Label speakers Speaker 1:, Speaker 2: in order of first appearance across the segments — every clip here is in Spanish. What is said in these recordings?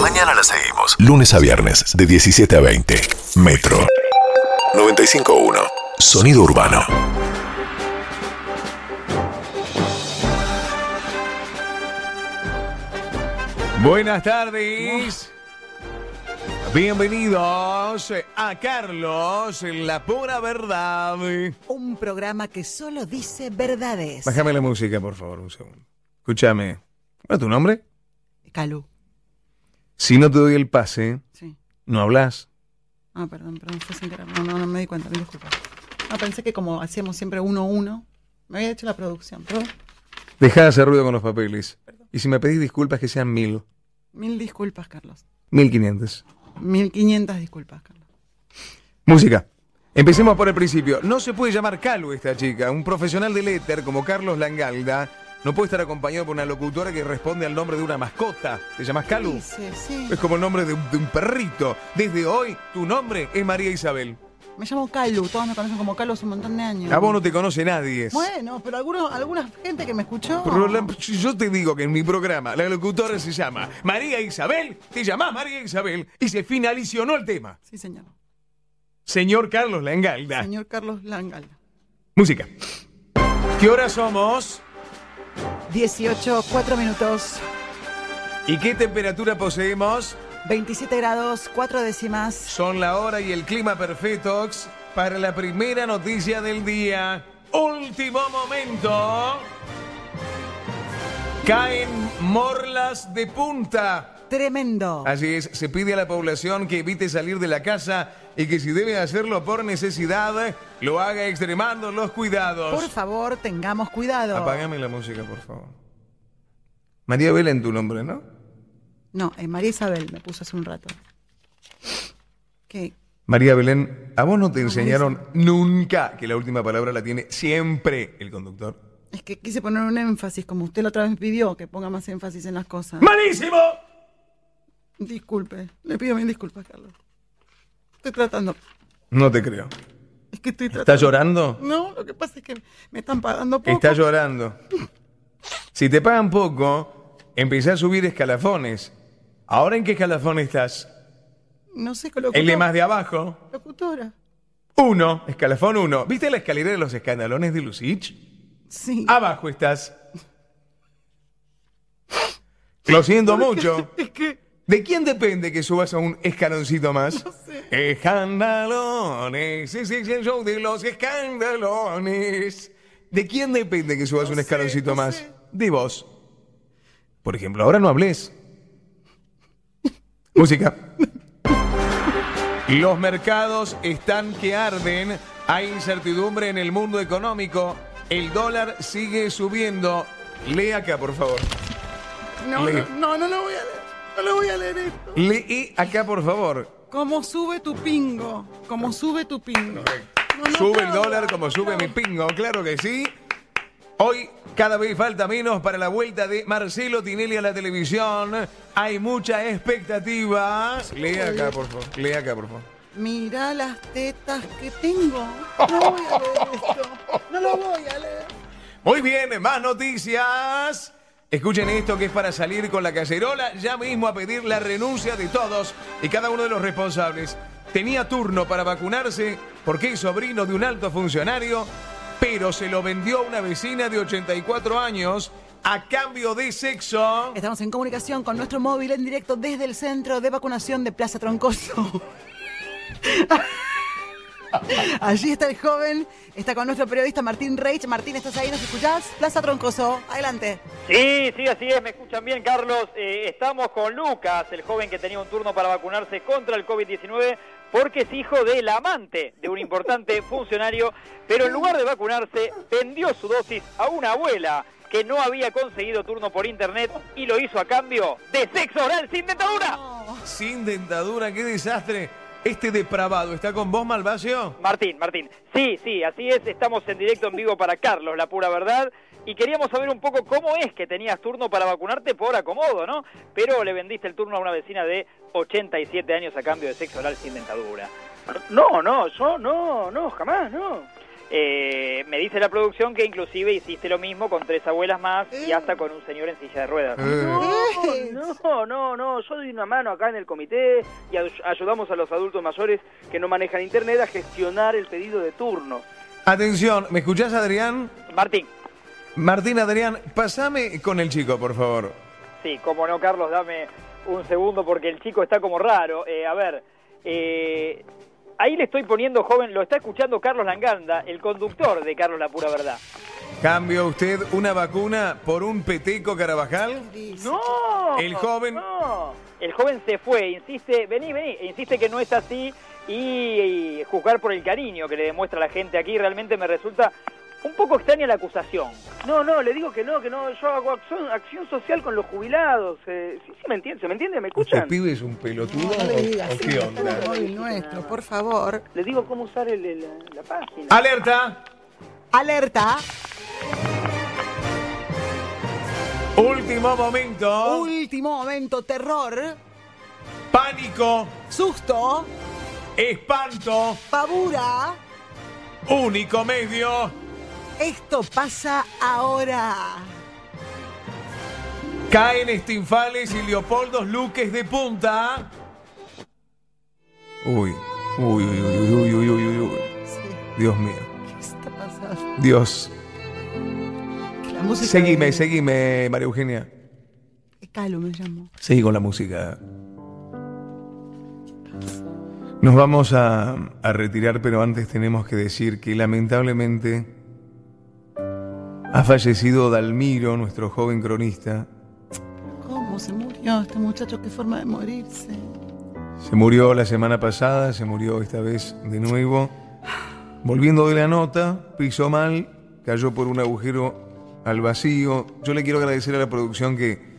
Speaker 1: Mañana la seguimos. Lunes a viernes, de 17 a 20. Metro. 95.1. Sonido urbano.
Speaker 2: Buenas tardes. Bienvenidos eh, a Carlos, la pura verdad.
Speaker 3: Un programa que solo dice verdades.
Speaker 2: Bájame la música, por favor, un segundo. Escúchame. ¿Cuál es tu nombre?
Speaker 3: Calú.
Speaker 2: Si no te doy el pase,
Speaker 3: Sí.
Speaker 2: no hablas.
Speaker 3: Ah, perdón, perdón, fue sin querer. No, no, no me di cuenta, mil disculpas. No, pensé que como hacíamos siempre uno uno, me había hecho la producción, pero
Speaker 2: Deja de hacer ruido con los papeles. Y si me pedís disculpas, que sean mil.
Speaker 3: mil disculpas, Carlos.
Speaker 2: Mil quinientos.
Speaker 3: Mil quinientas disculpas, Carlos.
Speaker 2: Música. Empecemos por el principio. No se puede llamar Calu esta chica. Un profesional del éter como Carlos Langalda no puede estar acompañado por una locutora que responde al nombre de una mascota. ¿Te llamas Calu?
Speaker 3: Dice, sí.
Speaker 2: Es como el nombre de un, de un perrito. Desde hoy, tu nombre es María Isabel.
Speaker 3: Me llamo Calu, todos me conocen como Carlos un montón de años.
Speaker 2: A vos no te conoce nadie.
Speaker 3: Bueno, pero algunos, alguna gente que me escuchó.
Speaker 2: Pero la- em- yo te digo que en mi programa la locutora se llama María Isabel, te llamás María Isabel y se finalizó el tema.
Speaker 3: Sí, señor.
Speaker 2: Señor Carlos Langalda.
Speaker 3: Señor Carlos Langal.
Speaker 2: Música. ¿Qué hora somos?
Speaker 3: 18, 4 minutos,
Speaker 2: ¿Y qué temperatura poseemos?
Speaker 3: 27 grados, 4 décimas.
Speaker 2: Son la hora y el clima perfectos para la primera noticia del día. Último momento. Caen morlas de punta.
Speaker 3: Tremendo.
Speaker 2: Así es, se pide a la población que evite salir de la casa y que si debe hacerlo por necesidad, lo haga extremando los
Speaker 3: Por
Speaker 2: cuidados.
Speaker 3: favor, tengamos cuidado.
Speaker 2: Apágame la música, por favor. María Vela en tu nombre, ¿no?
Speaker 3: No, eh, María Isabel me puso hace un rato. Que
Speaker 2: María Belén, ¿a vos no te enseñaron nunca que la última palabra la tiene siempre el conductor?
Speaker 3: es que quise poner un énfasis, como usted la otra vez pidió, que ponga más énfasis en las cosas.
Speaker 2: ¡Malísimo!
Speaker 3: Disculpe, le pido mil disculpas, Carlos. Estoy tratando.
Speaker 2: No te creo.
Speaker 3: Es que estoy tratando.
Speaker 2: ¿Estás llorando?
Speaker 3: No, lo que pasa es que me están pagando poco.
Speaker 2: Estás llorando. Si te pagan poco, empecé a subir escalafones. ¿Ahora en qué escalafón estás?
Speaker 3: No sé, con locutora.
Speaker 2: El de más de abajo.
Speaker 3: Locutora.
Speaker 2: Uno, escalafón uno. ¿Viste la escalera de los escandalones de Lucich?
Speaker 3: Sí.
Speaker 2: Abajo estás. Lo siento mucho.
Speaker 3: Es que
Speaker 2: ¿De quién depende que subas a un escaloncito más?
Speaker 3: No sé.
Speaker 2: Escandalones, ese es el show de los escandalones. ¿De quién depende que subas un
Speaker 3: sé,
Speaker 2: escaloncito
Speaker 3: no
Speaker 2: más?
Speaker 3: sé.
Speaker 2: De vos. Por ejemplo, ahora no hables. Música. Los mercados están que arden. Hay incertidumbre en el mundo económico. El dólar sigue subiendo. Lee acá, por favor.
Speaker 3: no,
Speaker 2: Le-
Speaker 3: no, no, no lo voy a leer. No lo voy a leer esto.
Speaker 2: Lee acá, por favor.
Speaker 3: Como sube tu pingo. Como sube tu pingo. No, no
Speaker 2: Sube el
Speaker 3: aplauda,
Speaker 2: dólar como sube mi
Speaker 3: aplauda.
Speaker 2: pingo, claro que sí. Hoy cada vez falta menos para la vuelta de Marcelo Tinelli a la televisión. Hay mucha expectativa. Lea acá, por favor. Lea acá, por favor.
Speaker 3: Mirá las tetas que tengo. No voy a leer esto. No lo voy a leer.
Speaker 2: Muy bien, más noticias. Escuchen esto que es para salir con la cacerola ya mismo a pedir la renuncia de todos y cada uno de los responsables. Tenía turno para vacunarse porque es sobrino de un alto funcionario, pero se lo vendió a una vecina de 84 años a cambio de sexo.
Speaker 3: Estamos en comunicación con nuestro móvil en directo desde el centro de vacunación de Plaza Troncoso. Allí está el joven, está con nuestro periodista Martín Reich. Martín, ¿estás ahí? ¿Nos escuchás? Plaza Troncoso, adelante.
Speaker 4: Sí, sí, así es, me escuchan bien, Carlos. Eh, estamos con Lucas, el joven que tenía un turno para vacunarse contra el COVID-19, porque es hijo del amante de un importante funcionario, pero en lugar de vacunarse, vendió su dosis a una abuela que no había conseguido turno por internet y lo hizo a cambio de sexo oral sin dentadura.
Speaker 2: Sin dentadura, qué desastre. Este depravado, ¿está con vos, Malvasio?
Speaker 4: Martín, Martín. Sí, sí, así es. Estamos en directo en vivo para Carlos, la pura verdad. Y queríamos saber un poco cómo es que tenías turno para vacunarte por acomodo, ¿no? Pero le vendiste el turno a una vecina de 87 años a cambio de sexo oral sin dentadura.
Speaker 5: No, no, yo no, no, jamás, no.
Speaker 4: eh, me dice la producción que inclusive hiciste lo mismo con tres abuelas más
Speaker 5: Eh.
Speaker 4: y hasta con un señor en silla de ruedas.
Speaker 5: No, no, no, yo doy una mano acá en el comité y ay- ayudamos a los adultos mayores que no manejan internet a gestionar el pedido de turno.
Speaker 2: Atención, ¿me escuchás, Adrián?
Speaker 4: Martín,
Speaker 2: Martín, Adrián, pasame con el chico, por favor.
Speaker 4: Sí, como no, Carlos, dame un segundo porque el chico está como raro. Eh, a ver, eh, ahí le estoy poniendo, joven, lo está escuchando Carlos Langanda, el conductor de Carlos La Pura Verdad.
Speaker 2: ¿Cambia usted una vacuna por un peteco Carabajal?
Speaker 4: ¡No!
Speaker 2: El joven-
Speaker 4: ¡No! El joven se fue, insiste, vení, vení, e insiste que no es así y, y juzgar por el cariño que le demuestra la gente aquí realmente me resulta un poco extraña la acusación.
Speaker 5: No, no, le digo que no, que no, yo hago acción, acción social con los jubilados. eh, sí, sí, me entiende, ¿se me entiende? ¿Me
Speaker 2: ¿Este
Speaker 5: escuchan?
Speaker 2: pibe es un pelotudo
Speaker 3: No le digas,
Speaker 2: o
Speaker 3: sí,
Speaker 2: qué
Speaker 3: está en
Speaker 2: onda?
Speaker 3: el móvil nuestro, por favor.
Speaker 5: Le digo cómo usar el- el- la página.
Speaker 2: Ah, ¡Alerta!
Speaker 3: Alerta,
Speaker 2: Último momento.
Speaker 3: último momento, terror,
Speaker 2: Pánico,
Speaker 3: susto,
Speaker 2: espanto,
Speaker 3: pavura.
Speaker 2: único medio.
Speaker 3: Esto pasa ahora.
Speaker 2: Caen Estinfales y Leopoldos Luques de punta. Uy, uy, uy, uy, uy, uy, uy, uy, uy.
Speaker 3: Sí,
Speaker 2: Dios mío.
Speaker 3: ¿qué está pasando?
Speaker 2: Dios.
Speaker 3: Que La música
Speaker 2: Seguime,
Speaker 3: de-
Speaker 2: seguime, María Eugenia.
Speaker 3: Calo me llamó.
Speaker 2: Seguí con la música. Nos vamos a, a retirar, pero antes tenemos que decir que lamentablemente ha fallecido Dalmiro, nuestro joven cronista.
Speaker 3: ¿Cómo se murió este muchacho? ¿Qué forma de morirse?
Speaker 2: Se murió la semana pasada, se murió esta vez de nuevo. Volviendo de la nota, pisó mal, cayó por un agujero al vacío. Yo le quiero agradecer a la producción que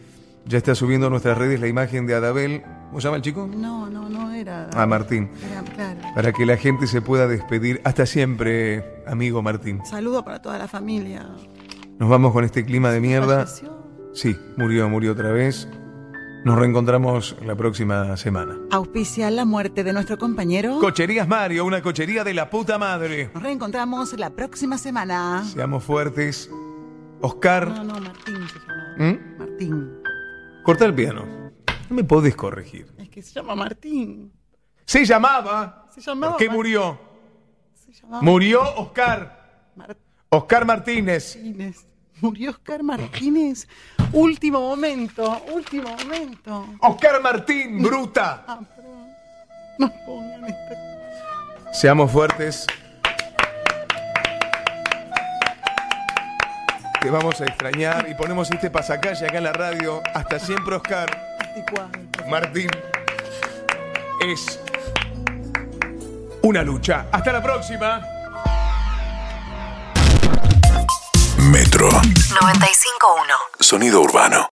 Speaker 2: ya está subiendo a nuestras redes la imagen de Adabel. ¿Cómo se llama el chico?
Speaker 3: No, no, no era.
Speaker 2: A Ah, Martín.
Speaker 3: Era, claro.
Speaker 2: Para que la gente se pueda despedir. Hasta siempre, amigo Martín.
Speaker 3: Saludo para toda la familia.
Speaker 2: Nos vamos con este clima de mierda.
Speaker 3: Falleció.
Speaker 2: Sí, murió, murió otra vez. Nos reencontramos la próxima semana.
Speaker 3: Auspicia la muerte de nuestro compañero.
Speaker 2: Cocherías Mario, una cochería de la puta madre.
Speaker 3: Nos reencontramos la próxima semana.
Speaker 2: Seamos fuertes. Oscar,
Speaker 3: No, no, Martín se llamaba.
Speaker 2: ¿Mm?
Speaker 3: Martín.
Speaker 2: corta el piano. No me podés corregir.
Speaker 3: Es que se llama Martín.
Speaker 2: Se llamaba.
Speaker 3: Se llamaba
Speaker 2: ¿Por qué
Speaker 3: Mar-
Speaker 2: murió?
Speaker 3: Se llamaba
Speaker 2: Murió Oscar. Oscar Martínez.
Speaker 3: Martínez. Murió Oscar Martínez. Último momento, último momento.
Speaker 2: Oscar Martín, bruta.
Speaker 3: Ah, perdón. No pongan este esta
Speaker 2: Seamos fuertes. Te vamos a extrañar y ponemos este pasacalle acá en la radio. Hasta siempre, Oscar.
Speaker 3: anticuada.
Speaker 2: Martín. Es una lucha. Hasta la próxima.
Speaker 1: Metro.
Speaker 6: 951.
Speaker 1: Sonido urbano.